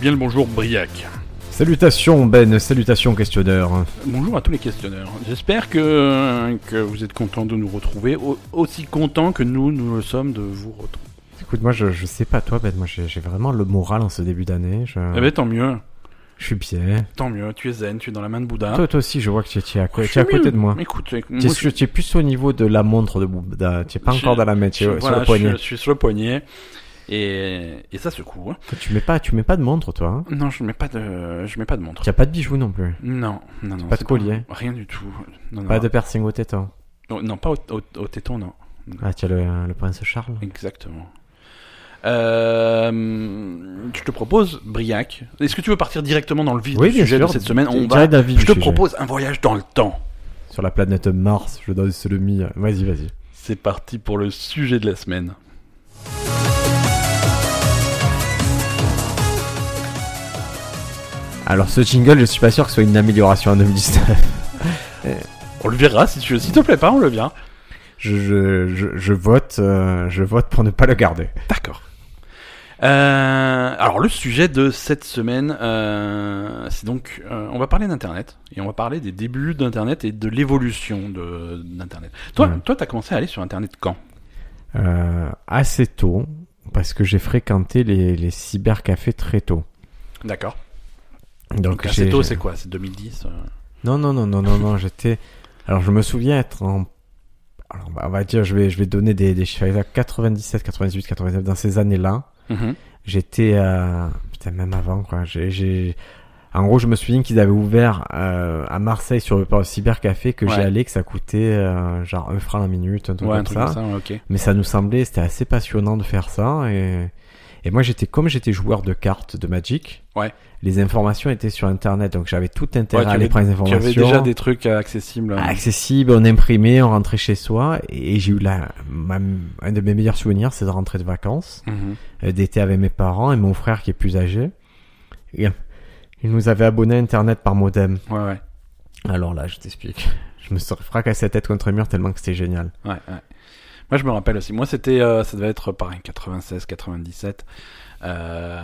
bien le bonjour Briac. Salutations Ben, salutations questionneur. Bonjour à tous les questionneurs. J'espère que, que vous êtes contents de nous retrouver, au- aussi contents que nous, nous le sommes de vous retrouver. Écoute, moi je, je sais pas toi Ben, moi j'ai j'ai vraiment le moral en ce début d'année. Je, Eh ben tant mieux, je suis bien. tant mieux, tu es zen, tu es dans la main de Bouddha. Toi, toi aussi, je vois que tu es, tu es à, co- hein Je tu es à suis côté mieux. de moi. Écoute, Tu es, moi, je, tu es plus au niveau de la montre de Bouddha, tu es pas Je- encore dans la main, tu es je- sur voilà, le poignet. je- je suis sur le poignet. Et, et ça secoue. hein. Tu mets pas, tu mets pas de montre toi. hein Non, je mets pas de, je mets pas de montre. Tu as pas de bijoux non plus. Non, non, non. Pas de c'est collier. Rien du tout. Non, non, Pas de piercing au téton. non, non, pas au, au- au téton, non. Ah, tu as le, le prince Charles. Exactement. Euh, je te propose, Briac, est-ce que tu veux partir directement dans le vif Oui, du bien sujet sûr. de cette semaine On Direct va- dans le vif Je du te sujet. propose un voyage dans le temps. Sur la planète Mars, je danse le mi. Vas-y, vas-y. C'est parti pour le sujet de la semaine. Alors ce jingle, je suis pas sûr que ce soit une amélioration en 2019. On le verra, si tu veux. S'il te plaît pas, on le verra. Je, je, je, je vote, euh, je vote pour ne pas le garder. D'accord. Euh, alors le sujet de cette semaine, euh, c'est donc, euh, on va parler d'Internet et on va parler des débuts d'Internet et de l'évolution de d'Internet. Toi, Ouais. toi, t'as commencé à aller sur Internet quand Euh, assez tôt, parce que j'ai fréquenté les, les cybercafés très tôt. D'accord. Donc, Donc j'ai- assez tôt, j'ai- c'est quoi C'est 2010. euh, Non, non, non, non, non, non. J'étais. Alors, je me souviens être en. Alors, bah, on va dire, je vais, je vais donner des, des chiffres exacts. 97, 98, 99. Dans ces années-là, mhm. j'étais. euh, Putain, même avant, quoi. J'ai, j'ai- En gros, je me souviens qu'ils avaient ouvert euh, à Marseille sur le par le cybercafé que Ouais. j'y allais, que ça coûtait euh, genre un franc la minute, un truc Ouais, comme un truc ça. comme ça. ouais, ok. Mais ça nous semblait, c'était assez passionnant de faire ça. Et, et moi, j'étais comme j'étais joueur de cartes de Magic. Ouais. Les informations étaient sur Internet, donc j'avais tout intérêt Ouais, tu à avais- aller prendre les Tu informations. avais déjà des trucs euh, accessibles. euh, Accessible, on imprimait, on rentrait chez soi. Et j'ai eu la, ma- un de mes meilleurs souvenirs, c'est de rentrer de vacances, mhm. euh, d'été avec mes parents et mon frère qui est plus âgé. Et euh, il nous avait abonné à Internet par modem. Ouais, ouais, Alors là, je t'explique. Je me serais fracassé la tête contre un mur tellement que c'était génial. ouais, ouais. Moi, je me rappelle aussi. Moi, c'était, euh, ça devait être pareil, 96, 97, euh,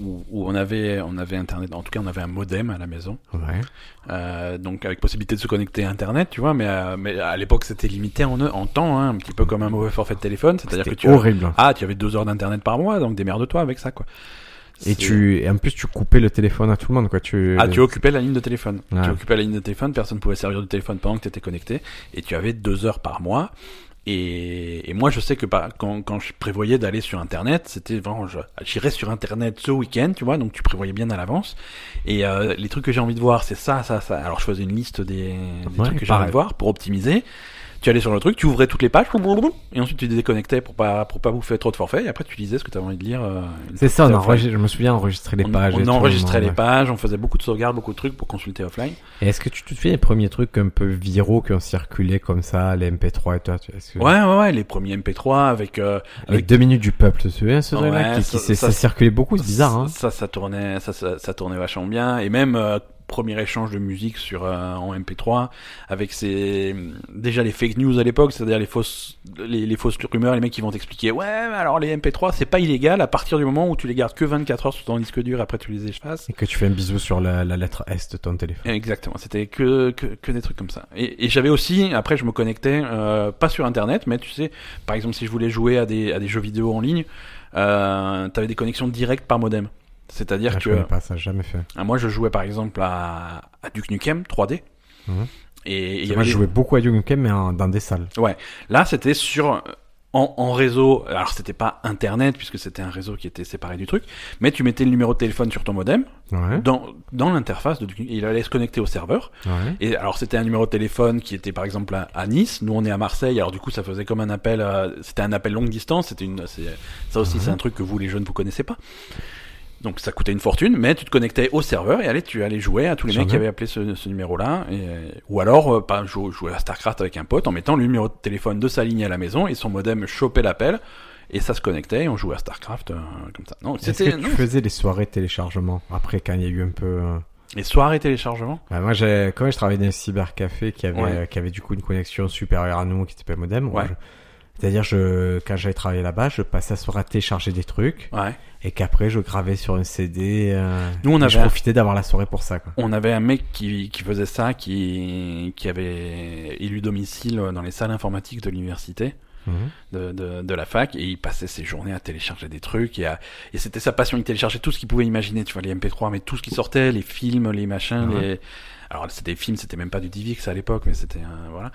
où, où on avait, on avait internet. En tout cas, on avait un modem à la maison, Ouais. euh, donc avec possibilité de se connecter à internet, tu vois. Mais, euh, mais à l'époque, c'était limité en, en temps, hein, un petit peu comme un mauvais forfait de téléphone, c'est-à-dire que C'était tu horrible. ah, tu avais deux heures d'internet par mois, donc démerde-toi avec ça, quoi. Et C'est- tu, et en plus, tu coupais le téléphone à tout le monde, quoi. Tu, Ah, tu occupais la ligne de téléphone. Ouais. Tu occupais la ligne de téléphone, personne ne pouvait servir de téléphone pendant que tu étais connecté, et tu avais deux heures par mois. Et, et moi, je sais que par- quand, quand je prévoyais d'aller sur Internet, c'était vraiment, je- j'irais sur Internet ce week-end, tu vois, donc tu prévoyais bien à l'avance. Et euh, les trucs que j'ai envie de voir, c'est ça, ça, ça. Alors, je faisais une liste des, des trucs que j'ai envie pareil. de voir pour optimiser. Tu allais sur le truc, tu ouvrais toutes les pages, et ensuite tu déconnectais pour pas pour pas bouffer trop de forfaits, et après tu lisais ce que tu avais envie de lire. euh, une C'est ça, on fois. enregistre- je me souviens enregistrer les On- pages. et On, tout, enregistrait les ouais. pages, on faisait beaucoup de sauvegardes, beaucoup de trucs pour consulter offline. Et est-ce que tu te fais les premiers trucs un peu viraux qui ont circulé comme ça, les MP3 et toi, tu- est-ce que- Ouais, ouais, ouais, les premiers MP3 avec. euh, Les avec- deux minutes du peuple, tu te souviens, ce Ouais, truc-là, qui, ça- qui- c'est- ça- ça, circulait beaucoup, c'est bizarre, hein. Ça, ça tournait, ça, ça, ça tournait vachement bien. Et même euh, premier échange de musique sur euh, en MP3 avec ces déjà les fake news à l'époque, c'est-à-dire les fausses les, les fausses rumeurs, les mecs qui vont t'expliquer ouais, mais alors les MP3 c'est pas illégal à partir du moment où tu les gardes que 24 heures sur ton disque dur, après tu les effaces. hein. Et que tu fais un bisou sur la, la lettre S de ton téléphone. Exactement, c'était que, que, que des trucs comme ça. Et, et j'avais aussi, après je me connectais, euh, pas sur internet, mais tu sais, par exemple si je voulais jouer à des, à des jeux vidéo en ligne, euh, t'avais des connexions directes par modem. C'est-à-dire Ah, je que connais pas ça, j'ai jamais fait. euh, moi je jouais par exemple à, à Duke Nukem 3D. Mhm. Et il y Moi, avait je jouais beaucoup à Duke Nukem, mais en- dans des salles. Là, c'était sur euh, en, en réseau. Alors, c'était pas Internet puisque c'était un réseau qui était séparé du truc. Mais tu mettais le numéro de téléphone sur ton modem Ouais, dans dans l'interface. de Duke Nukem. Il allait se connecter au serveur. ouais. Et alors c'était un numéro de téléphone qui était par exemple à, à Nice. Nous on est à Marseille. Alors du coup ça faisait comme un appel. euh, c'était un appel longue distance. C'était une. c'est- Ça aussi Mhm. c'est un truc que vous les jeunes vous connaissez pas. Donc ça coûtait une fortune, mais tu te connectais au serveur et allez tu allais jouer à tous les Sur mecs qui le- avaient appelé ce, ce numéro-là. Et- Ou alors euh, pas jou- jouer, à Starcraft avec un pote en mettant le numéro de téléphone de sa ligne à la maison et son modem chopait l'appel. Et ça se connectait, et on jouait à Starcraft euh, comme ça. Non, Est-ce que c'était tu non, faisais les soirées de téléchargement après quand il y a eu un peu... euh, les soirées téléchargement. Bah, moi, j'ai, quand je travaillais dans un cybercafé qui avait, Ouais. qui avait du coup une connexion supérieure à nous, qui était pas modem, Ouais. je- C'est-à-dire, je, quand j'allais travailler là-bas, je passais la soirée à télécharger des trucs Ouais. et qu'après, je gravais sur un CD. euh, Nous, on et Je avait- profitais d'avoir la soirée pour ça, quoi. On avait un mec qui, qui faisait ça, qui, qui avait élu domicile dans les salles informatiques de l'université, Mhm. de, de, de la fac, et il passait ses journées à télécharger des trucs, et, à- et c'était sa passion, il téléchargeait tout ce qu'il pouvait imaginer, tu vois, les MP3, mais tout ce qui sortait, les films, les machins, Ouais. les... Alors c'était des films, c'était même pas du DivX à l'époque, mais c'était... un- voilà.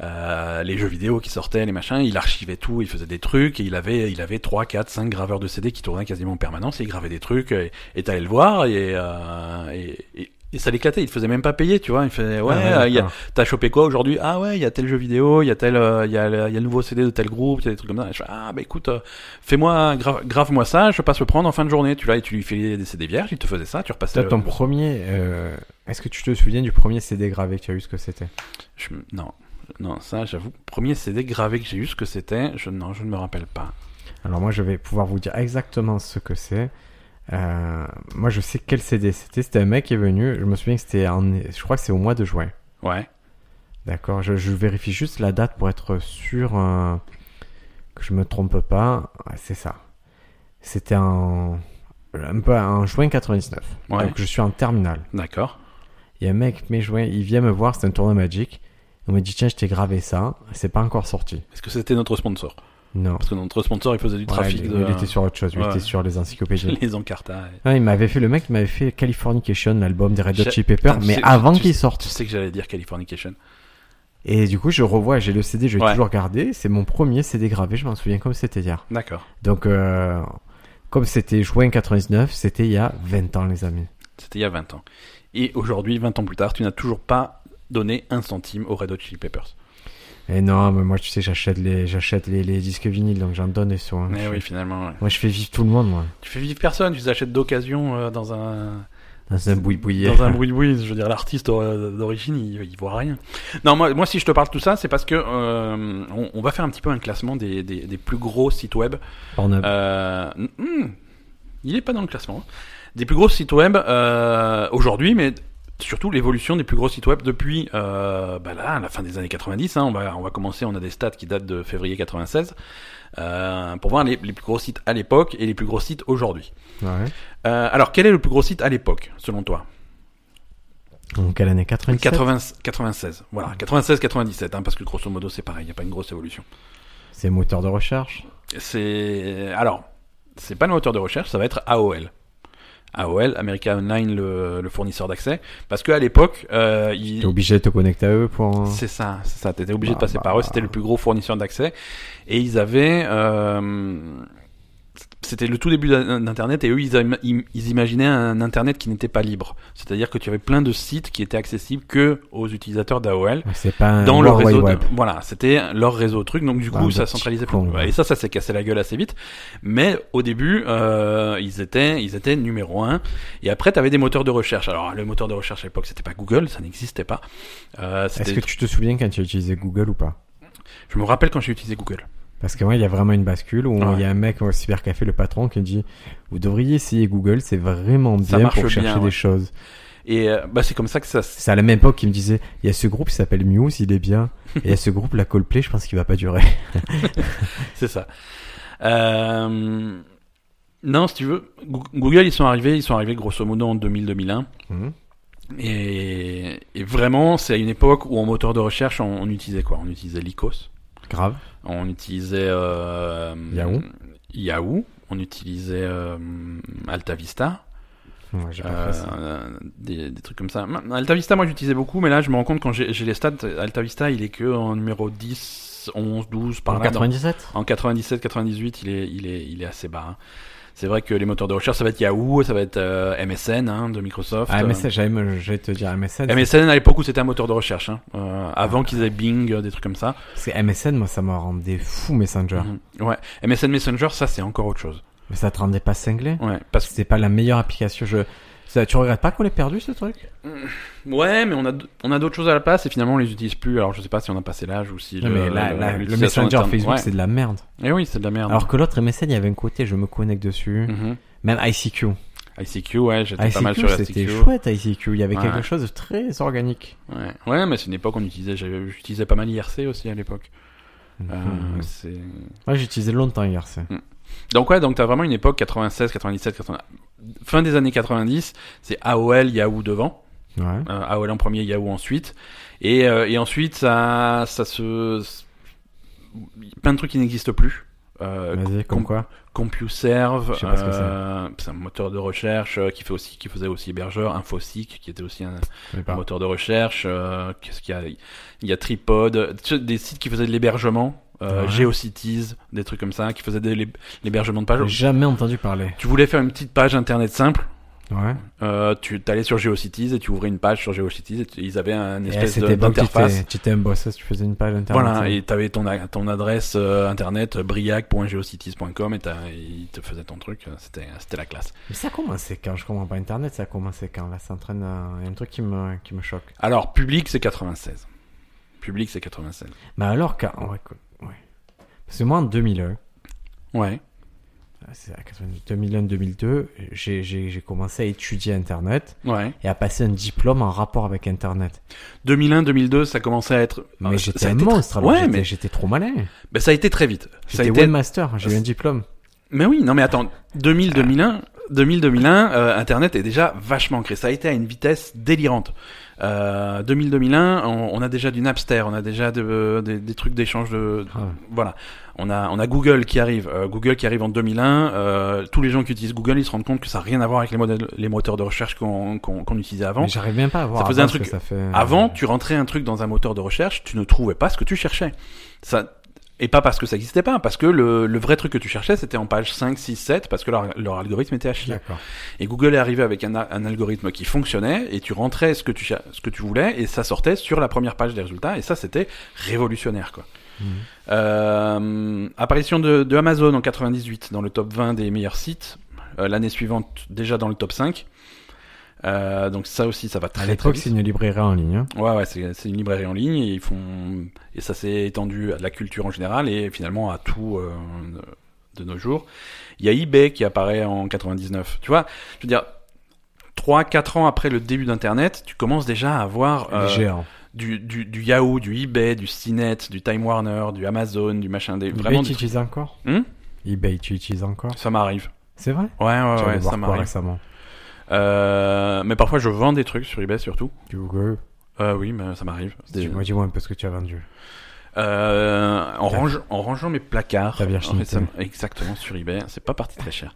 Euh, les jeux vidéo qui sortaient, les machins, il archivait tout, il faisait des trucs, et il avait, il avait 3, 4, 5 graveurs de CD qui tournaient quasiment en permanence, et il gravait des trucs, et et t'allais le voir, et, euh, et, et- et ça l'éclatait, il te faisait même pas payer, tu vois, il faisait, ouais, Ah, euh, il y a- d'accord. T'as chopé quoi aujourd'hui Ah ouais, il y a tel jeu vidéo, il y a tel, euh, il y, a le il y a le nouveau CD de tel groupe, il y a des trucs comme ça. Je fais, ah bah écoute, euh, fais-moi, grave, grave-moi ça, je passe le prendre en fin de journée. Tu l'as et tu lui filais des CD vierges, il te faisait ça, tu repassais. Toi, le- ton premier, euh, est-ce que tu te souviens du premier CD gravé que tu as eu ce que c'était Je- non, non, ça, j'avoue, premier CD gravé que j'ai eu, ce que c'était, je non, je ne me rappelle pas. Alors moi, je vais pouvoir vous dire exactement ce que c'est. Euh, moi, je sais quel CD c'était. C'était un mec qui est venu. Je me souviens que c'était, en... je crois que c'est au mois de juin. Ouais, D'accord. Je, je vérifie juste la date pour être sûr euh, que je me trompe pas. Ouais, c'est ça. C'était en un peu en juin 99. Ouais. Donc je suis en terminale. d'accord. Il y a un mec mes juin, il vient me voir. C'est un tournoi Magic. On me dit tiens, je t'ai gravé ça. C'est pas encore sorti. Est-ce que c'était notre sponsor Non. Parce que notre sponsor, il faisait du trafic Ouais, de Il était sur autre chose. Il Ouais. était sur les encyclopédies. les encartas. et- Ah, il m'avait fait le mec, il m'avait fait Californication, l'album des Red Hot J'ai- Chili Peppers, Putain, tu mais sais- avant tu qu'il sais- Tu sorte. sais que j'allais dire Californication. Et du coup, je revois, j'ai le CD, je l'ai Ouais. toujours gardé. C'est mon premier CD gravé, je m'en souviens comme c'était hier. D'accord. Donc, euh, comme c'était juin 99, c'était il y a 20 ans, les amis. C'était il y a 20 ans. Et aujourd'hui, 20 ans plus tard, tu n'as toujours pas donné un centime aux Red Hot Chili Peppers. Et non, mais moi, tu sais, j'achète les, j'achète les, les disques vinyles, donc j'en donne et sur. hein. Eh Je- oui, finalement. ouais. Moi, je fais vivre tout le monde, moi. Tu fais vivre personne, tu les achètes d'occasion euh, dans un Dans un boui dans un bruit Je veux dire, l'artiste euh, d'origine, il, il voit rien. Non, moi, moi, si je te parle de tout ça, c'est parce que euh, on, on va faire un petit peu un classement des, des, des plus gros sites web. Euh, hmm, il est pas dans le classement. hein. Des plus gros sites web euh, aujourd'hui, mais surtout l'évolution des plus gros sites web depuis euh, bah là, à la fin des années 90. hein, on, va, on va commencer, on a des stats qui datent de février 96, euh, pour voir les, les plus gros sites à l'époque et les plus gros sites aujourd'hui. Ouais. Euh, alors, quel est le plus gros site à l'époque, selon toi Donc, à l'année 97. 80 96, voilà, 96-97, hein, parce que grosso modo c'est pareil, il n'y a pas une grosse évolution. C'est moteur de recherche. C'est alors, c'est pas le moteur de recherche, ça va être AOL. AOL, America Online, le, le fournisseur d'accès, parce qu'à l'époque, euh, il- T'es obligé de te connecter à eux pour. c'est ça, c'est ça. T'étais obligé de Bah, passer par eux. bah. C'était le plus gros fournisseur d'accès, et ils avaient, euh, c'était le tout début d'in- d'internet, et eux ils, im- im- ils imaginaient un internet qui n'était pas libre. C'est-à-dire que tu avais plein de sites qui étaient accessibles que aux utilisateurs d'AOL. Ouais, C'est pas un dans leur World réseau. Wide de- Euh, Web. voilà, c'était leur réseau truc. Donc du Bah, coup, un ça petit centralisait con, plus. ouais. Et ça, ça s'est cassé la gueule assez vite. Mais au début, euh, ils étaient, ils étaient numéro un. Et après, t'avais des moteurs de recherche. Alors le moteur de recherche à l'époque, c'était pas Google, ça n'existait pas. Euh, Est-ce c'était- que tu te souviens quand tu as utilisé Google ou pas Je me rappelle quand j'ai utilisé Google. Parce que moi, il y a vraiment une bascule où Ouais. il y a un mec au cybercafé, le patron, qui dit Vous devriez essayer Google, c'est vraiment Ça bien marche pour chercher bien, ouais. des choses. Et euh, bah, c'est comme ça que ça. s- C'est à la même époque qu'il me disait Il y a ce groupe qui s'appelle Muse, il est bien. Et il y a ce groupe, la Coldplay, je pense qu'il va pas durer. C'est ça. Euh, Non, si tu veux, Goo- Google, ils sont arrivés, ils sont arrivés grosso modo en 2000-2001. Mhm. Et, et vraiment, c'est à une époque où en moteur de recherche, on, on utilisait quoi On utilisait Lycos, Grave. on utilisait euh, Yahoo. Yahoo, on utilisait euh, AltaVista, Ouais, j'ai pas fait ça. euh, des, des trucs comme ça. Ma- AltaVista, moi j'utilisais beaucoup, mais là je me rends compte quand j'ai j'ai les stats, AltaVista il est que en numéro 10, 11, 12 par En là. dans- 97 en 97, 98, il est, il est, il est assez bas. hein. C'est vrai que les moteurs de recherche, ça va être Yahoo, ça va être euh, MSN hein, de Microsoft. Ah, euh, MSN, j'allais me- j'allais te dire MSN. c'est- Ah. MSN à l'époque où c'était un moteur de recherche, hein. Euh, avant qu'ils aient Bing, euh, des trucs comme ça. Parce que MSN, moi, ça me rendait fou, Messenger. Mhm. Ouais. MSN Messenger, ça c'est encore autre chose. Mais ça te rendait pas cinglé Ouais, parce C'était pas la meilleure application. Je... ça- tu regrettes pas qu'on l'ait perdu, ce truc que- ouais, mais on a d- on a d'autres choses à la place et finalement on les utilise plus. Alors je sais pas si on a passé l'âge ou si Non, le, mais là, le- là, le l'utilisation Messenger interne- Facebook, ouais. c'est de la merde. Eh oui, c'est de la merde. Alors que l'autre MSN, il y avait un côté, je me connecte dessus. Mhm. Même ICQ. ICQ, ouais, j'étais pas mal sur ICQ, c'était ICQ. chouette, ICQ. Il y avait Ouais. quelque chose de très organique. Ouais. ouais, mais c'est une époque on utilisait, j'avais- j'utilisais pas mal IRC aussi à l'époque. Hmm. Euh, c'est- Ouais, j'ai utilisé longtemps hier, c'est. Donc ouais, donc t'as vraiment une époque 96, 97, 80... fin des années 90, c'est AOL, Yahoo devant. Ouais. Euh, AOL en premier, Yahoo ensuite. Et, euh, et ensuite, ça, ça se. Plein de trucs qui n'existent plus. Euh, Vas-y, comme com- quoi CompuServe, Je sais pas ce que euh, c'est un moteur de recherche euh, qui, fait aussi, qui faisait aussi hébergeur, Infoseek, qui était aussi un, Je sais un pas. moteur de recherche. euh, Qu'est-ce qu'il y a Il y a Tripod, tu sais, des sites qui faisaient de l'hébergement, euh, Ouais. GeoCities, des trucs comme ça, qui faisaient de l'hé- l'hébergement de J'ai pages. jamais entendu parler. Tu voulais faire une petite page internet simple, Ouais. euh, tu t'allais sur GeoCities et tu ouvrais une page sur GeoCities et tu- ils avaient un Et espèce de- Eh, c'était donc tu d'interface. étais- tu étais un boss, tu faisais une page internet. Voilà, ça. et t'avais ton, a- ton adresse euh, internet euh, briac.geocities.com et t'as- et ils te faisaient ton truc, euh, c'était c'était la classe. Mais ça a commencé quand Je comprends pas Internet, ça a commencé quand Là, ça entraîne un, il y a un truc qui me, qui me choque. Alors, public c'est 96. Public c'est 96. Mais alors, quand. Ouais, quoi, ouais. Parce que moi, en 2001, Ouais. c'est à 90 2001-2002, j'ai- j'ai j'ai commencé à étudier Internet Ouais. et à passer un diplôme en rapport avec Internet. 2001, 2002, ça commençait à être. Mais Ah, ça- j'étais ça a un été très- monstre, alors Ouais, j'étais- mais j'étais trop malin. ben, ça a été très vite. Ça a J'étais été. webmaster, j'ai eu un diplôme. Mais oui, non mais attends, Ah. 2000, 2001, 2000, 2001, euh, Internet est déjà vachement créé. Ça a été à une vitesse délirante. Euh, 2000, 2001, on, on a déjà du Napster, on a déjà de- euh, des- des trucs d'échange de, Ah, voilà. On a, on a Google qui arrive. Euh, Google qui arrive en 2001. Euh, tous les gens qui utilisent Google, ils se rendent compte que ça n'a rien à voir avec les, modèles, les moteurs de recherche qu'on qu'on- qu'on utilisait avant. mais j'arrive même pas à voir. Ça faisait un avant ce truc- que Ça fait... euh, Avant, tu rentrais un truc dans un moteur de recherche, tu ne trouvais pas ce que tu cherchais. Ça, et pas parce que ça n'existait pas, parce que le, le vrai truc que tu cherchais, c'était en page 5, 6, 7, parce que leur, leur algorithme était à chier. D'accord. Et Google est arrivé avec un, a- un algorithme qui fonctionnait, et tu rentrais ce que tu, cher- ce que tu voulais, et ça sortait sur la première page des résultats, et ça, c'était révolutionnaire, quoi. Mhm. Euh, apparition de, de Amazon en 98 dans le top 20 des meilleurs sites. Euh, L'année suivante, déjà dans le top 5. Euh, donc ça aussi, ça va À très très l'époque, vite. c'est une librairie en ligne. hein. Ouais, ouais, c'est c'est une librairie en ligne et ils font et ça s'est étendu à la culture en général et finalement à tout euh, de nos jours. Il y a eBay qui apparaît en 99. Tu vois, je veux dire, 3-4 ans après le début d'Internet, tu commences déjà à avoir euh, Les géants. du, du, du Yahoo, du eBay, du Cinet, du Time Warner, du Amazon, du machin, des, eBay, vraiment tu des utilises encore Hum eBay, tu utilises encore Ça m'arrive. C'est vrai Ouais, Ah ouais, Tu allais ouais, voir ça quoi m'arrive. récemment Euh, mais parfois, je vends des trucs sur eBay surtout. Google. Euh, oui, mais ça m'arrive. Des- Dis-moi, dis-moi un peu ce que tu as vendu. Euh, en, Ta- range- en rangeant mes placards. Ta virginité. récemment- exactement, sur eBay. hein, C'est pas parti très cher.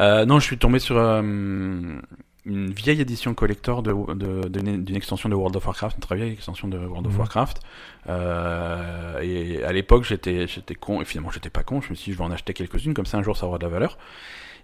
Euh, non, je suis tombé sur euh, une vieille édition collector de- de- d'une d'une extension de World of Warcraft, une très vieille extension de World of Mhm. Warcraft. Euh, et à l'époque, j'étais j'étais con, et finalement, j'étais pas con. Je me suis dit, je vais en acheter quelques-unes, comme ça, un jour, ça aura de la valeur.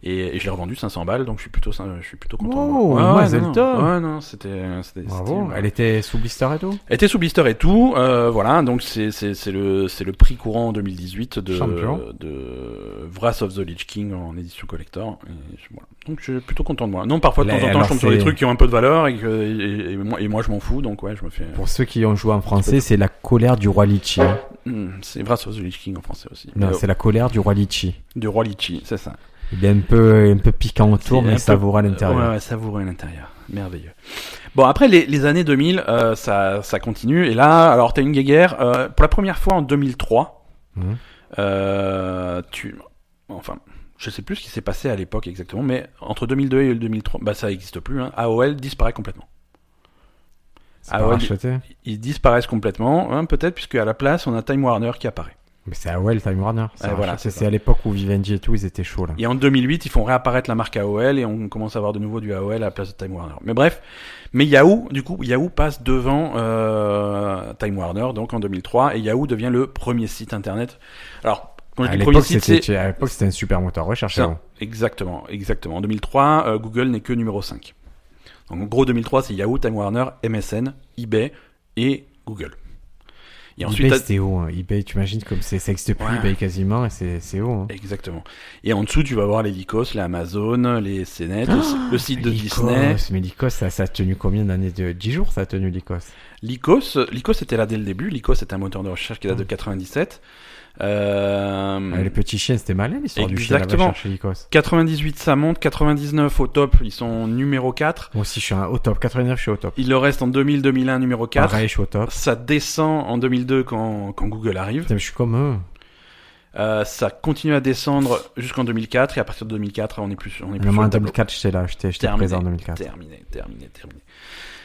Et, et je l'ai revendu 500 balles, donc je suis plutôt, sin- je suis plutôt content. Oh, ouais, ouais, mazel non, tov. non. Ouais, non, c'était. c'était- Bravo. c'était- Elle était sous blister et tout était sous blister et tout, euh, voilà, donc c'est c'est- c'est le, c'est le prix courant en 2018 de, Champion. de Wrath of the Lich King en édition collector. Et je- voilà. Donc je suis plutôt content de moi. Non, parfois de Là, temps en temps alors je tombe sur c'est- des trucs qui ont un peu de valeur et, que, et, et moi, et moi, je m'en fous, donc ouais, je me fais. Pour ceux qui ont joué en français, c'est la colère du roi Litchi. hein. Hmm, C'est Wrath of the Lich King en français aussi. Non, Euh, c'est la colère du roi Litchi. du roi Litchi, c'est ça. Il est un peu, un peu piquant autour, C'est un mais peu- savoureux à l'intérieur. Ouais, ouais, savoureux à l'intérieur. Merveilleux. Bon, après, les, les années 2000, euh, ça, ça continue. Et là, alors, t'as une guéguerre. euh, pour la première fois en 2003, Mhm. euh, tu... Enfin, je sais plus ce qui s'est passé à l'époque exactement, mais entre 2002 et 2003, bah, ça n'existe plus. Hein. AOL disparaît complètement. C'est Ah pas ouais, racheté. Ils disparaissent complètement, hein, peut-être, puisque à la place, on a Time Warner qui apparaît. Mais c'est AOL, Time Warner. C'est Ouais, racheté. Ah, voilà, c'est c'est ça. à l'époque où Vivendi et tout, ils étaient chauds là. Et en 2008, ils font réapparaître la marque AOL et on commence à avoir de nouveau du AOL à la place de Time Warner. Mais bref, mais Yahoo, du coup, Yahoo passe devant euh, Time Warner, donc en 2003, et Yahoo devient le premier site internet. Alors, quand je À dis premier l'époque, site, c'était c'est tu- à l'époque, c'était un super moteur hein. recherche. Ça. avant. exactement, exactement. En 2003, euh, Google n'est que numéro 5. Donc en gros, 2003, c'est Yahoo, Time Warner, MSN, eBay et Google. Et ensuite, eBay, t'as- c'était haut. hein. eBay, tu imagines comme c'est- ça n'existe plus, Ouais. eBay quasiment, et c'est c'est haut. hein. exactement. Et en dessous, tu vas voir les Lycos, les Amazon, les CNET, le si- le site de Ah, Lycos, Disney. Mais Lycos, ça, ça a tenu combien d'années de 10 jours, ça a tenu Lycos Lycos, Lycos était là dès le début. Lycos est un moteur de recherche qui date de 97. Euh, Mm. Ah, les petits chiens, c'était malin l'histoire du chien là-bas Exactement. chercher l'Écosse. 98, ça monte. 99 au top, ils sont numéro 4. Moi aussi, je suis un- au top. 89, je suis au top. Il leur reste en 2000, 2001, numéro 4. Pareil, je suis au top. Ça descend en 2002 quand, quand Google arrive. Putain, mais je suis comme eux. Euh, ça continue à descendre jusqu'en 2004 et à partir de 2004, on est plus, on est plus Le sur en le tableau. 2004, j'étais là. J'étais j'étais Terminé. présent en 2004. Terminé, terminé, terminé.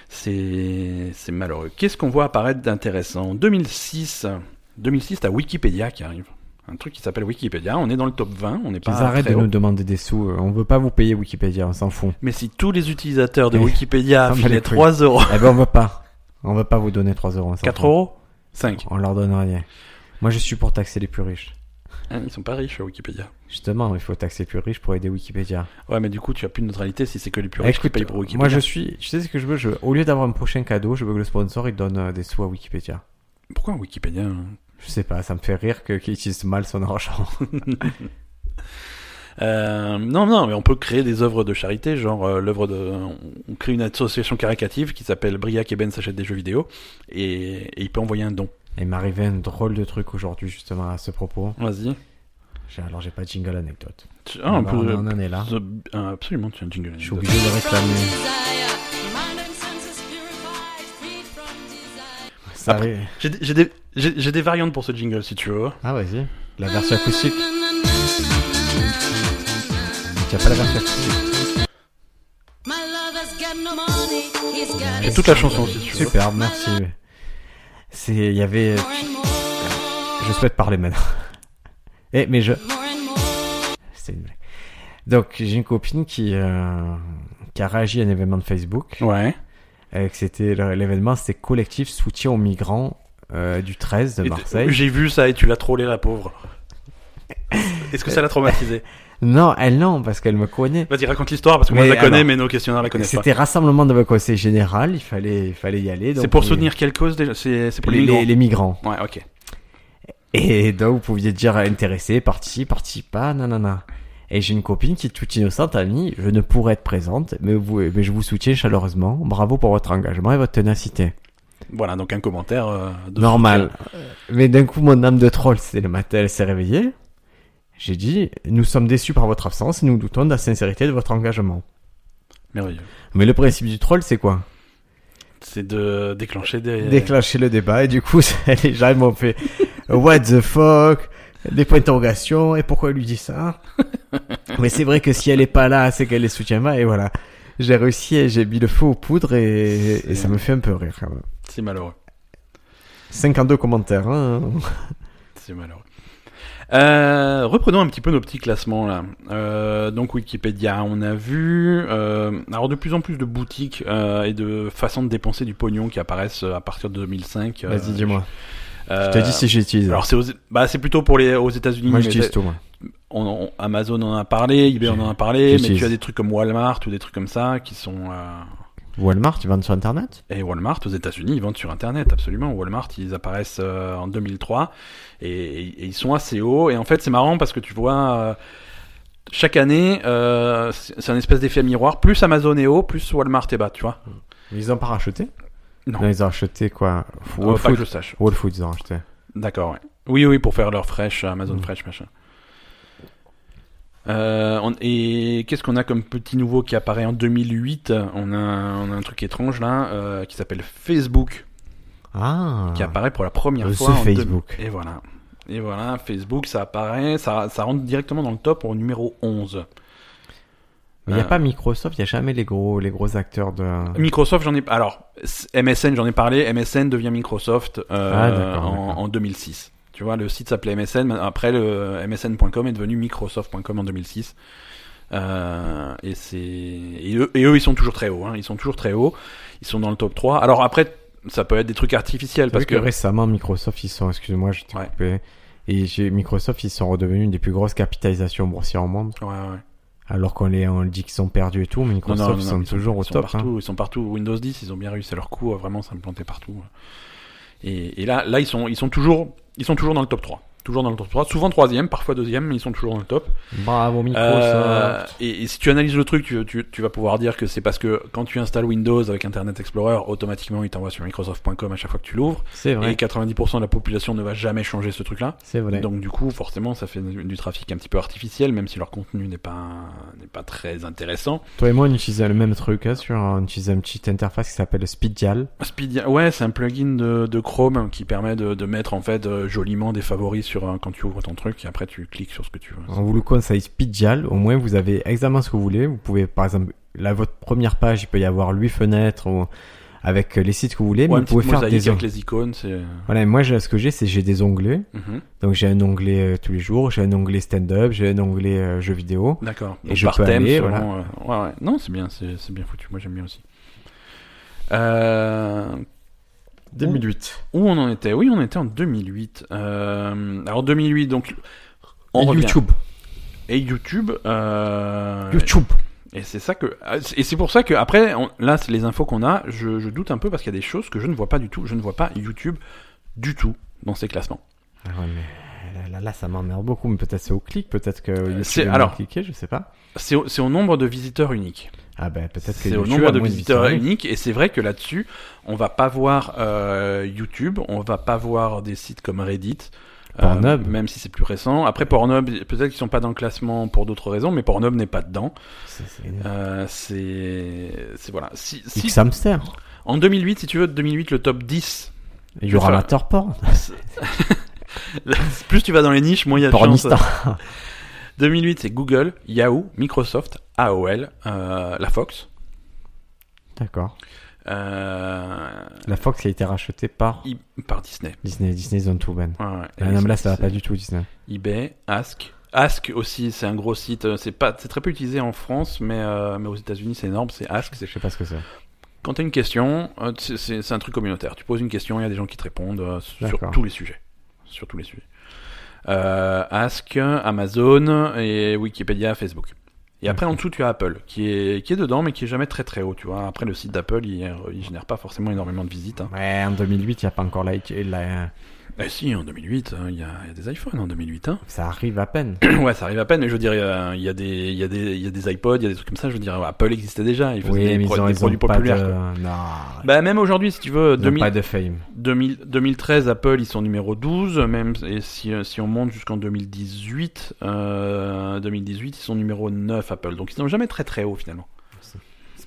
C'est c'est malheureux. Qu'est-ce qu'on voit apparaître d'intéressant En 2006, 2006, t'as Wikipédia qui arrive. Un truc qui s'appelle Wikipédia. On est dans le top 20. On n'est Ils pas. arrêtent très de haut. nous demander des sous. euh, On veut pas vous payer Wikipédia, on s'en fout. Mais si tous les utilisateurs de Eh, Wikipédia ça me filaient les couilles. 3 euros, eh ben, on veut pas. On veut pas vous donner 3 euros. on s'en 4 fout. euros, 5. On leur donne rien. Moi, je suis pour taxer les plus riches. Hein, ils sont pas riches, Wikipédia. Justement, il faut taxer les plus riches pour aider Wikipédia. Ouais, mais du coup, tu as plus de neutralité si c'est que les plus riches qui Écoute, payent pour Wikipédia. moi je suis, je sais ce que je veux. Je, au lieu d'avoir un prochain cadeau, je veux que le sponsor il donne euh, des sous à Wikipédia. Pourquoi Wikipédia hein Je sais pas, ça me fait rire que qu'il utilise mal son argent. Euh, non, non, mais on peut créer des œuvres de charité, genre euh, l'œuvre de, on, on crée une association caricative qui s'appelle Briac et Ben s'achète des jeux vidéo et, et il peut envoyer un don. Il m'est arrivé un drôle de truc aujourd'hui justement à ce propos. Vas-y. J'ai- Alors j'ai pas de jingle anecdote. Tu- Ah, on Bah, peut- on en est là. euh, ah, absolument, tu as un jingle. Je suis obligé de réclamer. Ça Après- arrive. J'ai des- j'ai des, j'ai- j'ai des variantes pour ce jingle si tu veux. Ah vas-y. La version acoustique. Tu as pas la version acoustique. J'ai toute la chanson si tu veux. Superbe, merci. C'est, il y avait. Je souhaite parler maintenant. Eh mais je. C'est une blague. Donc, j'ai une copine qui, euh, qui a réagi à un événement de Facebook. Ouais. Euh, que c'était le- l'événement, c'était collectif soutien aux migrants euh, du 13 de Et t- Marseille. J'ai vu ça et tu l'as trollé la pauvre. Est-ce que ça l'a traumatisé Non, elle non, parce qu'elle me connaît. Vas-y, raconte l'histoire parce que moi Mais je la connais, alors, mais nos questionnaires la connaissent pas. C'était rassemblement de conseil général, il fallait, il fallait y aller. donc C'est pour les- soutenir quelle cause déjà C'est c'est pour les, les, migrants. les migrants. Ouais, ok. Et donc, vous pouviez dire intéressé, participe, participe pas, nanana. Et j'ai une copine qui, toute innocente, a mis Je ne pourrais être présente, mais, vous, mais je vous soutiens chaleureusement. Bravo pour votre engagement et votre ténacité. Voilà, donc un commentaire. euh, de Normal. euh, Mais d'un coup, mon âme de troll, c'était le matin, elle s'est réveillée. J'ai dit, nous sommes déçus par votre absence et nous doutons de la sincérité de votre engagement. Merveilleux. Mais le principe du troll, c'est quoi C'est de déclencher des. Déclencher le débat et du coup, les gens ils m'ont fait What the fuck Des points d'interrogation et pourquoi elle lui dit ça Mais c'est vrai que si elle est pas là, c'est qu'elle les soutient pas et voilà. J'ai réussi et j'ai mis le feu aux poudres et, et ça me fait un peu rire quand même. C'est malheureux. 52 commentaires. hein. C'est malheureux. Euh, reprenons un petit peu nos petits classements là. Euh, donc Wikipédia, on a vu. euh, alors de plus en plus de boutiques euh, et de façons de dépenser du pognon qui apparaissent euh, à partir de 2005. euh, Vas-y, dis-moi. euh, Je te dis si j'utilise. Alors c'est aux... bah c'est plutôt pour les aux États-Unis. Moi, mais j'utilise tout, moi. on- on- Amazon en a parlé, eBay en a parlé, mais J'utilise. tu as des trucs comme Walmart ou des trucs comme ça qui sont euh, Walmart, ils vendent sur Internet Et Walmart aux États-Unis, ils vendent sur Internet, absolument. Walmart, ils apparaissent euh, en 2003 et, et ils sont assez hauts. Et en fait, c'est marrant parce que tu vois, euh, chaque année, euh, c'est c'est un espèce d'effet miroir. Plus Amazon est haut, plus Walmart est bas, tu vois. Ils ont pas racheté Non. ils ont acheté quoi F- Euh, Whole, pas que Foods. je sache. Whole Foods, ils ont acheté. D'accord, ouais. Oui, oui, pour faire leur fresh, Amazon Mm. Fresh, machin. Euh, on- et qu'est-ce qu'on a comme petit nouveau qui apparaît en 2008 on a, on a un truc étrange là euh, qui s'appelle Facebook, Ah qui apparaît pour la première Euh, fois ce en 2000. Facebook. Et voilà. Et voilà, Facebook, ça apparaît, ça, ça rentre directement dans le top au numéro 11. Il n'y a Euh, pas Microsoft, il n'y a jamais les gros, les gros acteurs de. Microsoft, j'en ai. Alors, s- MSN, j'en ai parlé. MSN devient Microsoft euh, Ah, d'accord, en, d'accord. en 2006. Tu vois, le site s'appelait MSN. mais Après, le MSN.com est devenu Microsoft.com en 2006. Euh, et c'est et eux, et eux, ils sont toujours très hauts. hein. Ils sont toujours très hauts. Ils sont dans le top 3. Alors après, ça peut être des trucs artificiels parce Parce que que récemment, Microsoft, ils sont. Excuse-moi, je t'ai Ouais. coupé. Et j'ai- Microsoft, ils sont redevenus une des plus grosses capitalisations boursières au monde. Ouais, ouais. Alors qu'on les, on dit qu'ils sont perdus et tout, mais Non, non, Microsoft, non, ils non, sont ils toujours ils au sont top. Partout, hein. Ils sont partout. Windows 10, ils ont bien réussi leur coup à vraiment s'implanter partout. Et, et là, là, ils sont, ils sont toujours, ils sont toujours dans le top 3. toujours dans le top 3, souvent troisième, parfois deuxième, mais ils sont toujours dans le top. Bravo, Euh, Microsoft. et, et si tu analyses le truc, tu, tu- tu vas pouvoir dire que c'est parce que quand tu installes Windows avec Internet Explorer, automatiquement il t'envoie sur Microsoft.com à chaque fois que tu l'ouvres. C'est Et vrai. 90% de la population ne va jamais changer ce truc-là. C'est vrai. Donc du coup, forcément, ça fait du, du trafic un petit peu artificiel, même si leur contenu n'est pas n'est pas très intéressant. Toi et moi, on utilisait le même truc, hein, sur, on utilisait une petite interface qui s'appelle Speedial. Speedia, ouais, c'est un plugin de, de Chrome qui permet de, de mettre en fait euh, joliment des favoris sur un- quand tu ouvres ton truc et après tu cliques sur ce que tu veux. On vous le conseille Speedial. Au moins, vous avez exactement ce que vous voulez. Vous pouvez, par exemple, là, votre première page, il peut y avoir huit fenêtres ou avec les sites que vous voulez, mais Ouais, vous une pouvez petite faire mosaïque des avec onglets. les icônes, c'est. euh, Voilà, et moi, j'ai- ce que j'ai, c'est j'ai des onglets. Mhm. Donc, j'ai un onglet euh, tous les jours, j'ai un onglet stand-up, j'ai un onglet euh, jeux vidéo. D'accord. Et Donc, je par peux thème, aller, selon, euh, ouais, ouais. Non, c'est bien, c'est c'est bien foutu. Moi, j'aime bien aussi. Euh, 2008. où on en était Oui, on était en 2008. Euh, alors 2008, donc on Et revient. YouTube. et YouTube. euh, YouTube. Et c'est ça que et c'est pour ça que après on- là, c'est les infos qu'on a. Je, je doute un peu parce qu'il y a des choses que je ne vois pas du tout. Je ne vois pas YouTube du tout dans ces classements. Ah ouais, mais là, là, là, ça m'emmerde beaucoup, mais peut-être c'est au clic, peut-être que YouTube Euh, c'est- est moins alors- cliqué, je sais pas. C'est au, c'est au nombre de visiteurs uniques. Ah ben peut-être que C'est au YouTube nombre a de moins visiteurs uniques. uniques et c'est vrai que là-dessus, on va pas voir euh, YouTube, on va pas voir des sites comme Reddit, euh, Pornhub. même si c'est plus récent. Après Pornhub, peut-être qu'ils sont pas dans le classement pour d'autres raisons, mais Pornhub n'est pas dedans. C'est- c'est énorme. Euh, c'est c'est- voilà. Si, si- X hamster. en 2008, si tu veux, 2008 le top 10. Il y Je aura vais faire- amateur porn. c'est- plus tu vas dans les niches, moins il y a de chance. euh. Pornistan. 2008 c'est Google, Yahoo, Microsoft, AOL, euh, la Fox. D'accord. Euh, La Fox qui a été rachetée par i- par Disney. Disney. Disney Zone to Ban. Ouais, ouais. Ah Et non, mais là, c'est- ça va c'est pas du tout, Disney. eBay, Ask. Ask aussi, c'est un gros site. euh, C'est pas, c'est très peu utilisé en France, mais, euh, mais aux États-Unis, c'est énorme. C'est Ask. Je C'est... sais pas ce que c'est. Quand t'as une question, euh, c'est, c'est- c'est un truc communautaire. Tu poses une question, il y a des gens qui te répondent euh, sur D'accord. tous les sujets. Sur tous les sujets. Euh, Ask, Amazon et Wikipédia, Facebook. Et après, en dessous, tu as Apple, qui est, qui est dedans, mais qui est jamais très très haut, tu vois. Après, le site d'Apple, il, il génère pas forcément énormément de visites. hein. Ouais, en 2008, il n'y a pas encore la... la- Eh si, en 2008, hein, il y, a, il y a des iPhones en 2008, hein. Ça arrive à peine. Ouais, ça arrive à peine, mais je veux dire, euh, il y, a des- il y, a des- il y a des iPods, il y a des trucs comme ça, je veux dire, Apple existait déjà, ils faisaient des, pro- des produits pas populaires. quoi. de... Non. Bah même aujourd'hui, si tu veux, Ils ont 2000 pas de fame. 2000 2013, Apple, ils sont numéro 12, même et si, euh, si on monte jusqu'en 2018, euh, 2018, ils sont numéro 9, Apple, donc ils sont jamais très très haut finalement.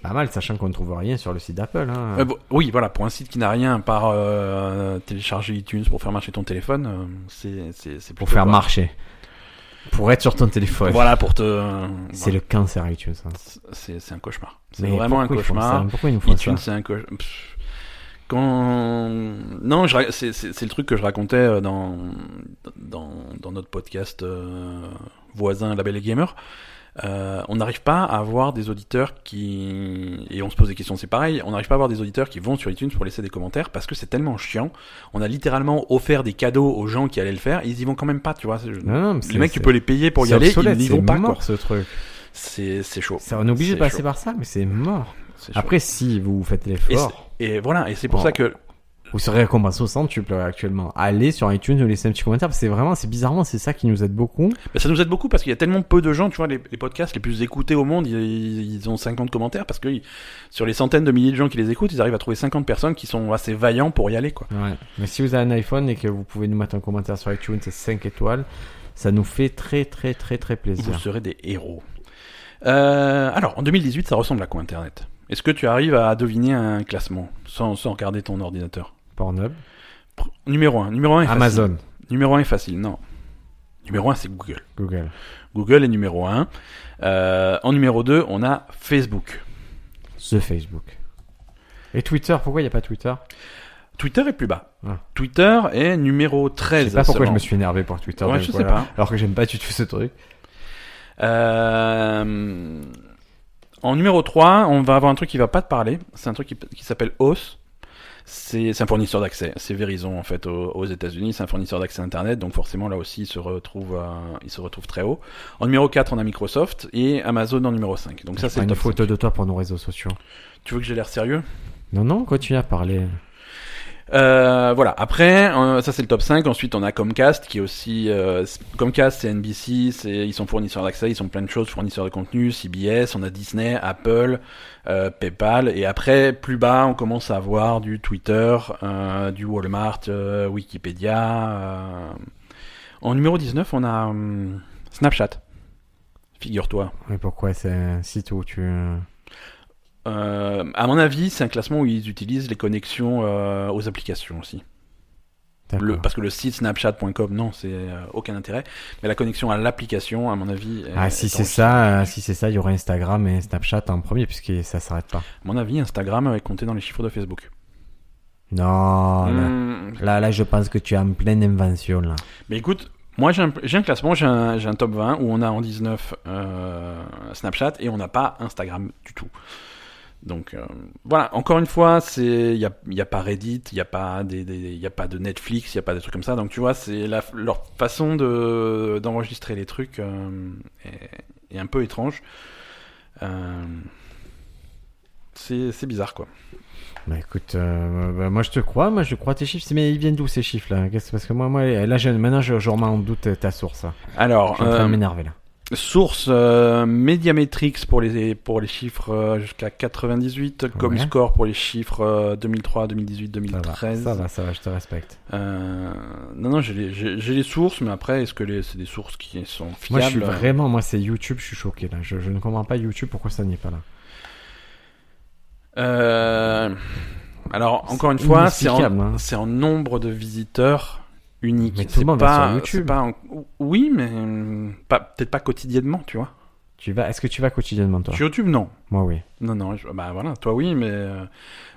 C'est pas mal, sachant qu'on ne trouve rien sur le site d'Apple. Hein. Euh, bon, oui, voilà, pour un site qui n'a rien à part euh, télécharger iTunes pour faire marcher ton téléphone, euh, c'est- c'est c'est pour plutôt faire pas- marcher. Pour être sur ton téléphone. Voilà, pour te... C'est voilà. le cancer iTunes. hein. C'est c'est un cauchemar. C'est Mais vraiment un pourquoi ils font cauchemar. ça Pourquoi ils nous font iTunes, ça c'est un co- Pff. Quand non, je ra- c'est c'est- c'est le truc que je racontais euh, dans dans, dans notre podcast euh, voisin Label et Gamer. Euh, on n'arrive pas à avoir des auditeurs qui et on se pose des questions, c'est pareil. On n'arrive pas à avoir des auditeurs qui vont sur iTunes pour laisser des commentaires parce que c'est tellement chiant. On a littéralement offert des cadeaux aux gens qui allaient le faire. Ils y vont quand même pas, tu vois. C'est- Non, non, mais c'est- Les mecs, c'est- tu peux les payer pour y c'est aller, obsolète, ils n'y vont c'est pas. mort, quoi. ce truc. C'est c'est chaud. Ça, on est obligé de C'est passer chaud. par ça, mais c'est mort. C'est chaud. Après, si vous faites Et l'effort, c'est- Et, voilà, et c'est pour Oh. ça que vous serez récompensé au centuple euh, actuellement. Allez sur iTunes, laissez un petit commentaire, parce que c'est vraiment, c'est bizarrement, c'est ça qui nous aide beaucoup. bah, ça nous aide beaucoup parce qu'il y a tellement peu de gens, tu vois, les, les podcasts les plus écoutés au monde, ils, ils ont 50 commentaires parce que ils- sur les centaines de milliers de gens qui les écoutent, ils arrivent à trouver 50 personnes qui sont assez vaillants pour y aller, quoi. Ouais. Mais si vous avez un iPhone et que vous pouvez nous mettre un commentaire sur iTunes, c'est 5 étoiles, ça nous fait très, très, très, très Vous plaisir. serez des héros. Euh, alors, en 2018, ça ressemble à quoi Internet Est-ce que tu arrives à deviner un classement sans, sans regarder ton ordinateur Pornhub, Pr- Numéro 1. Numéro 1 est facile. Amazon, Numéro 1 est facile, non. Numéro 1, c'est Google. Google. Google est numéro 1. en numéro 2, on a Facebook. The Facebook. Et Twitter, pourquoi il n'y a pas Twitter Twitter est plus bas. Ouais. Twitter est numéro Je 13. sais pas pourquoi je seulement. me suis énervé pour Twitter. Ouais, donc je sais voilà. pas. Alors que j'aime pas du tout ce truc. Euh, en numéro 3, on va avoir un truc qui va pas te parler. C'est un truc qui, qui s'appelle OS. C'est c'est un fournisseur d'accès. C'est Verizon, en fait, aux, aux États-Unis. C'est un fournisseur d'accès Internet. Donc, forcément, là aussi, il se retrouve, euh, il se retrouve très haut. En numéro 4, on a Microsoft et Amazon en numéro 5. Donc, ça, Je c'est le prends une top photo de toi pour nos réseaux sociaux. cinq. Tu veux que j'ai l'air sérieux? Non, non, continue à parler. Euh, voilà. Après, euh, ça c'est le top 5. Ensuite, on a Comcast qui est aussi euh, c- Comcast, c'est NBC, c'est ils sont fournisseurs d'accès, ils sont plein de choses, fournisseurs de contenu, CBS, on a Disney, Apple, euh, PayPal, et après plus bas, on commence à avoir du Twitter, euh, du Walmart, euh, Wikipédia. euh. En numéro 19, on a hum, Snapchat. Figure-toi. Mais pourquoi c'est un site où tu... Euh, à mon avis, c'est un classement où ils utilisent les connexions euh, aux applications aussi. Le- D'accord. parce que le site snapchat.com, non, c'est euh, aucun intérêt. Mais la connexion à l'application, à mon avis. est- Ah, si est c'est enregistrée. ça, euh, si c'est ça, il y aurait Instagram et Snapchat en premier, puisque ça s'arrête pas. À mon avis, Instagram avait compté dans les chiffres de Facebook. Non, là- Hmm. là, là, je pense que tu es en pleine invention, là. Mais écoute, moi j'ai un, j'ai un classement, j'ai un, j'ai un top 20 où on a en 19 euh, Snapchat et on n'a pas Instagram du tout. Donc euh, voilà, encore une fois, c'est il n'y a, il y a pas Reddit, il n'y a, pas des, des- il y a pas de Netflix, il n'y a pas des trucs comme ça. Donc tu vois, c'est la- leur façon de- d'enregistrer les trucs euh, est, est un peu étrange. Euh, c'est c'est bizarre quoi. Bah écoute, euh, bah, moi je te crois, moi je crois tes chiffres, mais ils viennent d'où ces chiffres-là Qu'est-ce- Parce que moi, moi là, je- maintenant, je, je remets en doute euh, ta source. là. Je Alors, suis en train euh, de m'énerver, là. Source euh, Médiamétrix pour les, pour les chiffres euh, jusqu'à 98, Comscore pour les chiffres euh, 2003, 2018, Ça va, 2013. ça va, ça va, je te respecte. Euh, non, non, j'ai les, j'ai- j'ai les sources, mais après, est-ce que les- c'est des sources qui sont Moi, fiables je suis vraiment, moi, c'est YouTube, je suis choqué, là. Je, je ne comprends pas YouTube, pourquoi ça n'y est pas, là. Euh, Alors, encore une C'est fois, c'est en, inexplicable, hein. c'est en nombre de visiteurs uniques. Mais tout C'est le monde va pas- sur YouTube. c'est pas en- Oui, mais euh, pas- peut-être pas quotidiennement, tu vois. Tu vas, est-ce que tu vas quotidiennement, toi Sur YouTube, non. Moi, oui. Non, non, je- bah voilà, toi oui, mais euh,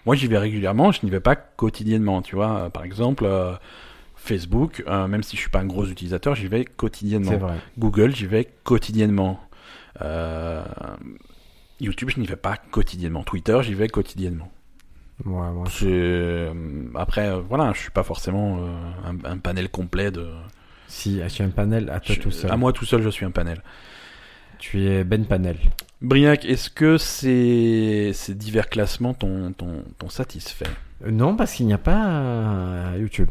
moi j'y vais régulièrement, je n'y vais pas quotidiennement, tu vois. Euh, Par exemple, euh, Facebook, euh, même si je suis pas un gros utilisateur, j'y vais C'est quotidiennement. vrai. Google, j'y vais quotidiennement. Euh, YouTube, je n'y vais pas quotidiennement. Twitter, j'y vais quotidiennement. Ouais, ouais. C'est euh, après, euh, voilà, je suis pas forcément euh, un, un panel complet de. Si, ah, tu as un panel à toi je- tout seul. À moi tout seul, je suis un panel. Tu es Ben Panel. Briac, est-ce que ces, ces divers classements t'ont t'ont- t'ont satisfait Euh, Non, parce qu'il n'y a pas euh, YouTube.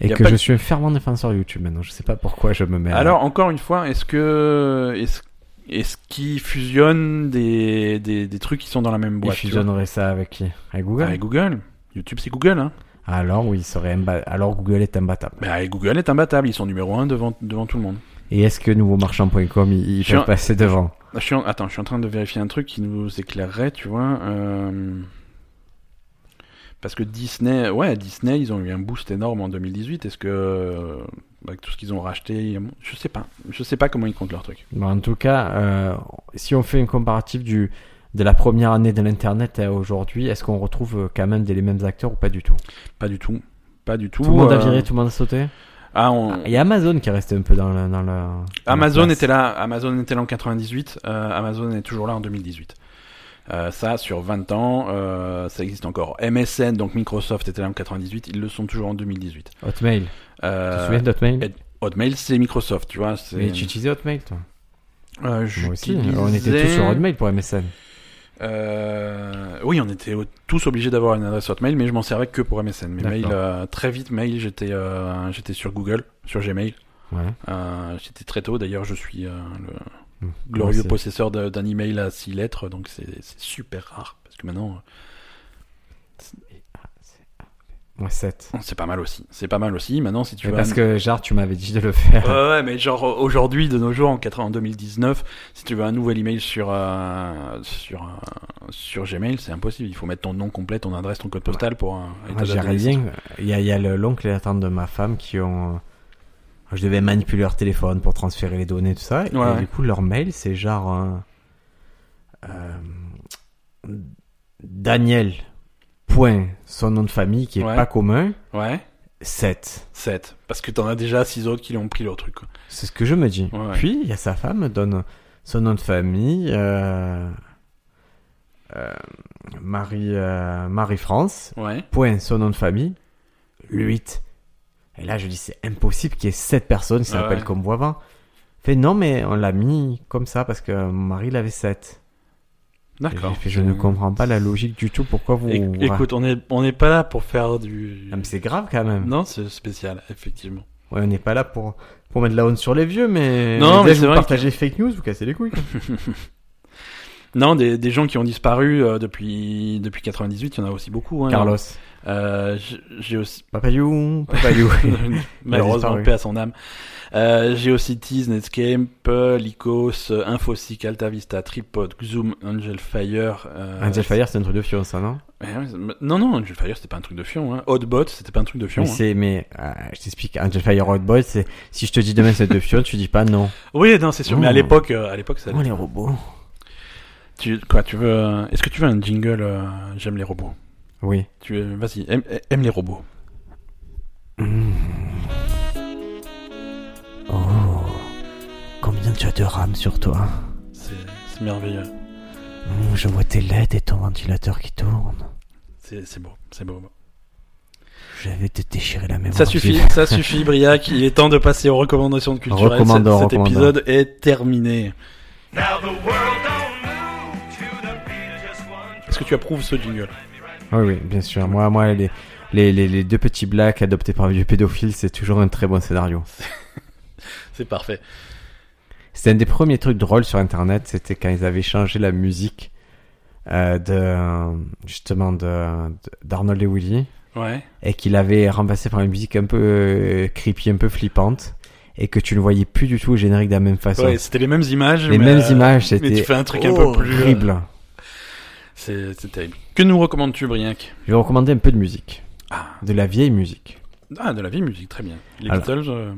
Il Et y a que pas- je suis un fervent défenseur YouTube maintenant. Je sais pas pourquoi je me mets. à- Alors, encore une fois, est-ce que. Est-ce est-ce qu'ils fusionnent des, des, des trucs qui sont dans la même ils boîte tu vois fusionneraient ça avec qui Avec Google. Avec Google. YouTube, c'est Google. Hein. Alors oui, il serait imba- alors Google est imbattable. Bah, et Google est imbattable. Ils sont numéro un devant, devant tout le monde. Et est-ce que nouveaumarchand.com ils, ils Je suis peuvent un- passer devant Ah, Je suis en- Attends, je suis en train de vérifier un truc qui nous éclairerait, tu vois. euh, Parce que Disney, ouais, Disney, ils ont eu un boost énorme en 2018. Est-ce que euh, avec tout ce qu'ils ont racheté, je sais pas, je sais pas comment ils comptent leur truc. Bon, En tout cas, euh, si on fait un comparatif du de la première année de l'internet à aujourd'hui, est-ce qu'on retrouve euh, quand même des, les mêmes acteurs ou pas du tout Pas du tout, pas du tout. Tout le monde a euh, viré, tout le monde a sauté. Ah, on, Il y a Amazon qui est resté un peu dans le dans le- dans la Amazon place. était là, Amazon était là en 98, euh, Amazon est toujours là en 2018. Euh, ça, sur 20 ans, euh, ça existe encore. MSN, donc Microsoft était là en 98, ils le sont toujours en 2018. Hotmail. Tu te Euh, souviens d'Hotmail et- Hotmail, c'est Microsoft, tu vois. c'est- Mais tu utilisais Hotmail, toi Euh, Moi aussi, hein. j'utilisais- on était tous sur Hotmail pour MSN. Euh, oui, on était au- tous obligés d'avoir une adresse Hotmail, mais je m'en servais que pour MSN. Mais D'accord. mail, euh, très vite, mail, j'étais euh, j'étais sur Google, sur Gmail. Ouais. Euh, j'étais très tôt, d'ailleurs, je suis euh, le, Mmh. glorieux Moi aussi. possesseur de- d'un email à 6 lettres, donc c'est c'est super rare, parce que maintenant, Moi, 7. euh, c'est pas mal aussi. C'est pas mal aussi, maintenant si tu Mais veux... parce un- que, genre, tu m'avais dit de le faire. Ouais, ouais, mais genre aujourd'hui, de nos jours, en, 80 en 2019, si tu veux un nouvel email sur, euh, sur, euh, sur Gmail, c'est impossible. Il faut mettre ton nom complet, ton adresse, ton code postal pour... un et ta Moi, date j'y de arrive naissance. bien. Il y a, il y a le- l'oncle et la tante de ma femme qui ont. euh, Je devais manipuler leur téléphone pour transférer les données, tout ça. et Ouais, ouais. du coup, leur mail, c'est genre. hein, euh, Daniel. Point. Son nom de famille qui est Ouais. pas commun. Ouais, 7. 7. Parce que t'en as déjà 6 autres qui l'ont pris leur truc. quoi. C'est ce que je me dis. Ouais, ouais. Puis, il y a sa femme, donne son nom de famille, euh, euh, Marie, euh, Marie-France, Ouais. point son nom de famille, 8. Et là, je dis, c'est impossible qu'il y ait 7 personnes qui Ouais, s'appellent ouais. comme moi avant. Fait, non, mais on l'a mis comme ça parce que mon mari l'avait 7. D'accord. J'ai fait, je ne comprends pas la logique du tout. Pourquoi vous. É- Écoute, on n'est on n'est pas là pour faire du. Ah, mais c'est grave quand même. Non, c'est spécial, effectivement. Ouais, on n'est pas là pour, pour mettre la honte sur les vieux, mais. Non, dès mais que c'est vous vrai partagez fake news, vous cassez les couilles. quoi. Non, des, des gens qui ont disparu euh, depuis depuis 98, il y en a aussi beaucoup. Hein. Carlos. Euh, j- j'ai aussi Papayou. Papayou. malheureusement disparu. paix à son âme. Euh, Geocities, Netscape, Lycos, euh, Infosic, AltaVista, Tripod, Xoom, Angel Fire. Euh, Angel Fire, c'est un truc de fion, ça, non Ouais, ouais, c'est- non, non, Angel Fire, c'était pas un truc de fion. Hein. Hotbot, c'était pas un truc de fion. Mais hein. c'est. Mais. euh, je t'explique. Angel Fire Hot Boy, c'est. Si je te dis demain c'est de fion, tu dis pas non. hein. Oui, non, c'est sûr. Mais à Oh. l'époque, euh, à l'époque, ça. Oh, les robots. Tu, quoi, tu veux euh, Est-ce que tu veux un jingle euh, J'aime les robots. Oui. Tu euh, vas-y, aime, aime les robots. Mmh. Oh. Combien tu as de RAM sur toi C'est c'est merveilleux. Mmh, Je vois tes LED et ton ventilateur qui tourne. C'est c'est beau, c'est beau. Je vais te déchirer la mémoire. Ça suffit, ça suffit, Briac. Il est temps de passer aux recommandations de culturel. Recommandons, cet recommandons. épisode est terminé. Now the world don't move to the beat of just one Est-ce que tu approuves ce jingle Oui, oui, bien sûr. Moi, moi les, les, les, les deux petits blacks adoptés par un vieux pédophile, c'est toujours un très bon scénario. C'est parfait. C'était un des premiers trucs drôles sur Internet, c'était quand ils avaient changé la musique euh, de justement de de- d'Arnold et Willy Ouais. et qu'il avait remplacé par une musique un peu euh, creepy, un peu flippante et que tu ne voyais plus du tout au générique de la même façon. Ouais, c'était les mêmes images. Les mais, mêmes euh, images, Mais tu c'était fais un truc un peu plus euh, horrible. C'est c'est terrible. Que nous recommandes-tu, Briac Je vais recommander un peu de musique, ah, de la vieille musique. ah, de la vieille musique, très bien. Les Alors. Beatles. euh,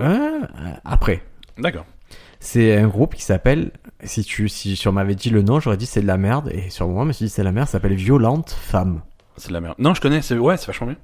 Hein Ah. après, D'accord. C'est un groupe qui s'appelle, si tu, si on m'avait dit le nom, j'aurais dit c'est de la merde, et sur moi, je me suis dit c'est de la merde, ça s'appelle Violente Femme. C'est de la merde. Non, je connais. C'est ouais, c'est vachement bien.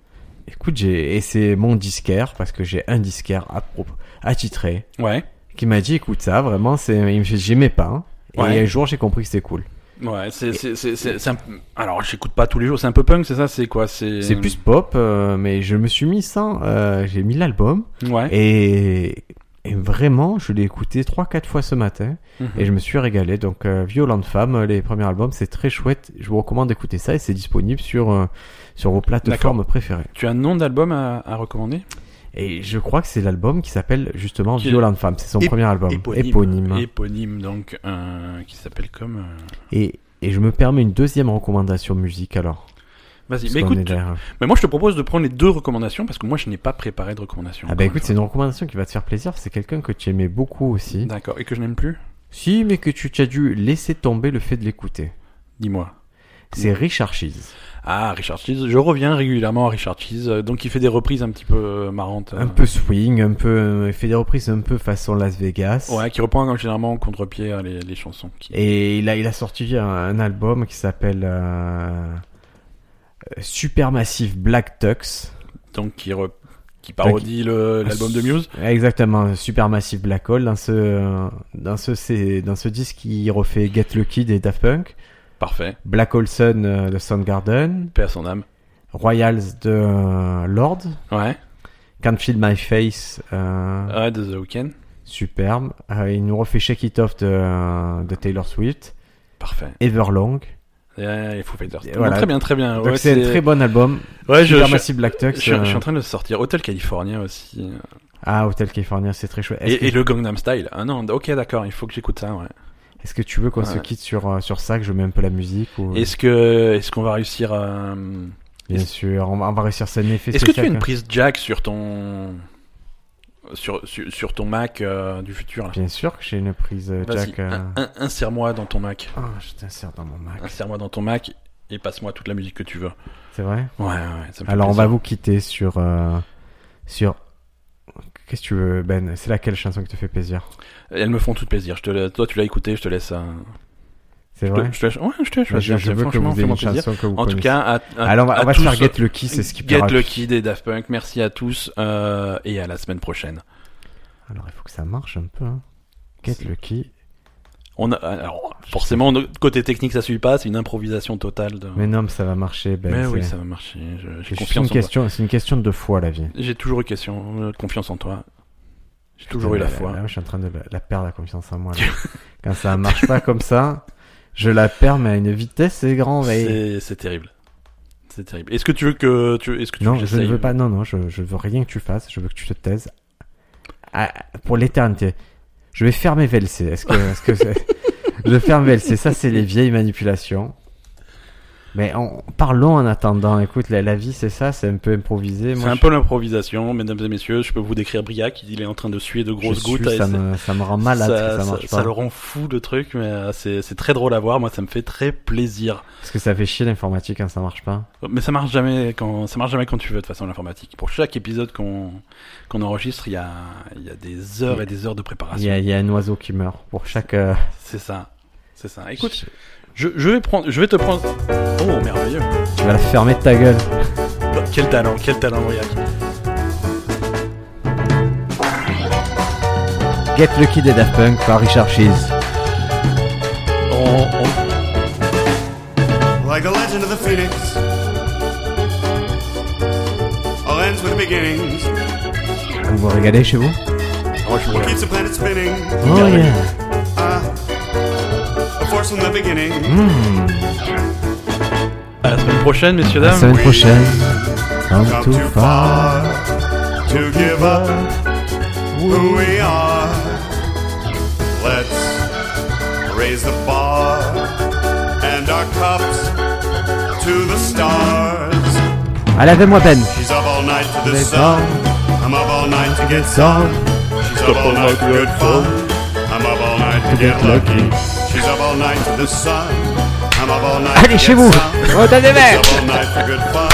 Écoute, j'ai, et c'est mon disquaire, parce que j'ai un disquaire à propos, attitré, Ouais. qui m'a dit écoute ça, vraiment, c'est, il me fait, j'aimais pas, hein. et Ouais. un jour j'ai compris que c'était cool. Ouais, c'est c'est c'est c'est- c'est un... alors j'écoute pas tous les jours, c'est un peu punk, c'est ça, c'est quoi, c'est C'est plus pop, euh, mais je me suis mis sans, euh, j'ai mis l'album, ouais. et, et vraiment, je l'ai écouté trois, quatre fois ce matin, Mhm. et je me suis régalé. Donc, euh, Violente Femme, euh, les premiers albums, c'est très chouette. Je vous recommande d'écouter ça et c'est disponible sur, euh, sur vos plateformes préférées. Tu as un nom d'album à, à recommander Et je crois que c'est l'album qui s'appelle justement Qui- Violente Femme. C'est son Ép- premier album éponyme. Éponyme, donc euh, qui s'appelle comme euh, Et, et je me permets une deuxième recommandation musique alors. Vas-y, parce mais qu'on est écoute, derrière. mais moi je te propose de prendre les deux recommandations parce que moi je n'ai pas préparé de recommandations. Ah bah encore écoute, une c'est une recommandation qui va te faire plaisir. C'est quelqu'un que tu aimais beaucoup fois. aussi. D'accord, et que je n'aime plus Si, mais que tu tu as dû laisser tomber le fait de l'écouter. Dis-moi. C'est Richard Cheese. Ah, Richard Cheese, je reviens régulièrement à Richard Cheese, euh, donc il fait des reprises un petit peu euh, marrantes. Un euh, peu swing, un peu, euh, il fait des reprises un peu façon Las Vegas. Ouais, qui reprend euh, généralement en contre-pied euh, les, les chansons. qui- Et il a, il a sorti un, un album qui s'appelle euh, Supermassive Black Tux. Donc qui, re- qui parodie le- l'album de Muse. Exactement, Supermassive Black Hole. Dans ce, dans ce, c'est, dans ce disque, il refait Get Lucky des Daft Punk, Parfait, Black Hole Sun euh, de Soundgarden, paix à son âme. Royals de euh, Lord, Ouais, Can't Feel My Face, euh, ouais, de The Weeknd. superbe. Euh, il nous refait Shake It Off de, euh, de Taylor Swift, Parfait. Everlong. Et euh, les Foo Fighters. Et voilà. Non, Très bien, très bien. Donc Ah ouais, c'est un très bon album. Ouais, je, je- Supermassive Black Tux. je- je suis euh, en train de le sortir. Hotel Californien aussi. Ah, Hotel California, c'est très chouette. Est-ce que, Et, et le Gangnam Style. Ah non, ok, d'accord, il faut que j'écoute ça. Ouais. est-ce que tu veux qu'on se Ouais. quitte sur, euh, sur ça, que je mets un peu la musique ou... Est-ce que est-ce qu'on va réussir à Bien sûr, on va, on va réussir cet effet Est-ce que tu as spécial, une quoi. prise jack sur ton sur sur, sur ton Mac euh, du futur là Bien sûr que j'ai une prise euh, Vas-y, jack. euh, in- in- insère-moi dans ton Mac. Ah, je t'insère dans mon Mac. Insère-moi dans ton Mac et passe-moi toute la musique que tu veux. C'est vrai Ouais, ouais, ouais, ça me fait Alors, on va plaisir. vous quitter sur... euh, sur... Qu'est-ce que tu veux, Ben C'est laquelle chanson qui te fait plaisir Elles me font tout plaisir. Je te la- toi, tu l'as écouté, je te laisse. euh, un- C'est Je te- vrai je te laisse- Ouais, je te laisse Mais Je, choisir, je veux que franchement, vous ayez fais-moi une plaisir. chanson que vous En tout connaissez. cas, à, à- Alors, on va, à on va se tous, faire Get Lucky, c'est ce qui Get plaira le Lucky des Daft Punk. Merci à tous euh, et à la semaine prochaine. plus. Alors, il faut que ça marche un peu. hein. Get C'est- Lucky. On a, alors, forcément, de- côté technique, ça suit pas, c'est une improvisation totale. De... Mais non, mais ça va marcher, Ben. Mais oui, c'est- ça va marcher. je- J'ai C'est juste confiance une en toi. question, c'est une question de foi la vie. J'ai toujours eu question, euh, confiance en toi. J'ai toujours eu la Ah Là, foi. là, je suis en train de la, la perdre la confiance en moi. là. Quand ça marche pas comme ça, Je la perds, mais à une vitesse grand. mais- C'est c'est terrible. C'est terrible. Est-ce que tu veux que tu est-ce que tu Non, veux que je ne j'essaye veux pas. Non, non, je, je veux rien que tu fasses. Je veux que tu te taises Ah, pour l'éternité. Je vais fermer VLC. Est-ce que, est-ce que c'est- je ferme VLC Ça, c'est les vieilles manipulations. Mais en parlons en attendant. Écoute, la, la vie, c'est ça. C'est un peu improvisé. C'est Moi, un je- peu l'improvisation, mesdames et messieurs. Je peux vous décrire Briac, il est en train de suer de je grosses suis, gouttes. et ça, c'est- me, ça me rend malade. ça, que ça ça- marche ça pas. le rend fou le truc, mais euh, c'est c'est très drôle à voir. Moi, ça me fait très plaisir. Parce que ça fait chier l'informatique quand ça marche pas. Mais ça marche jamais quand ça marche jamais quand tu veux de toute façon l'informatique. Pour chaque épisode qu'on qu'on enregistre, il y a il y a des heures et des heures de Il y, préparation. a, il y a un oiseau qui meurt pour chaque. euh, Ah, C'est ça, c'est ça. Écoute, je, je vais prendre, je vais te prendre. Oh merveilleux. tu vas la fermer de ta gueule. Oh, Quel talent, quel talent Briac. Get Lucky des Daft Punk par Richard Cheese. On- on- Like the legend of the phoenix, all ends with beginnings. Vous vous régalez chez Moi, vous je vous Keeps the planet spinning, Oh yeah. a force from the beginning. À la semaine prochaine, messieurs, La dames. semaine prochaine. Come Come too too far. far to give up who we are. Let's raise the bar and our cups to the stars. Allez avec moi Ben. She's up all night to the They sun. come. I'm up all night to get some. She's up all night for good fun. I'm up all night to get lucky. She's up all night to the sun. I'm up all night to Allez get chez some. vous. She's Oh, t'as des verres. up all night for good fun.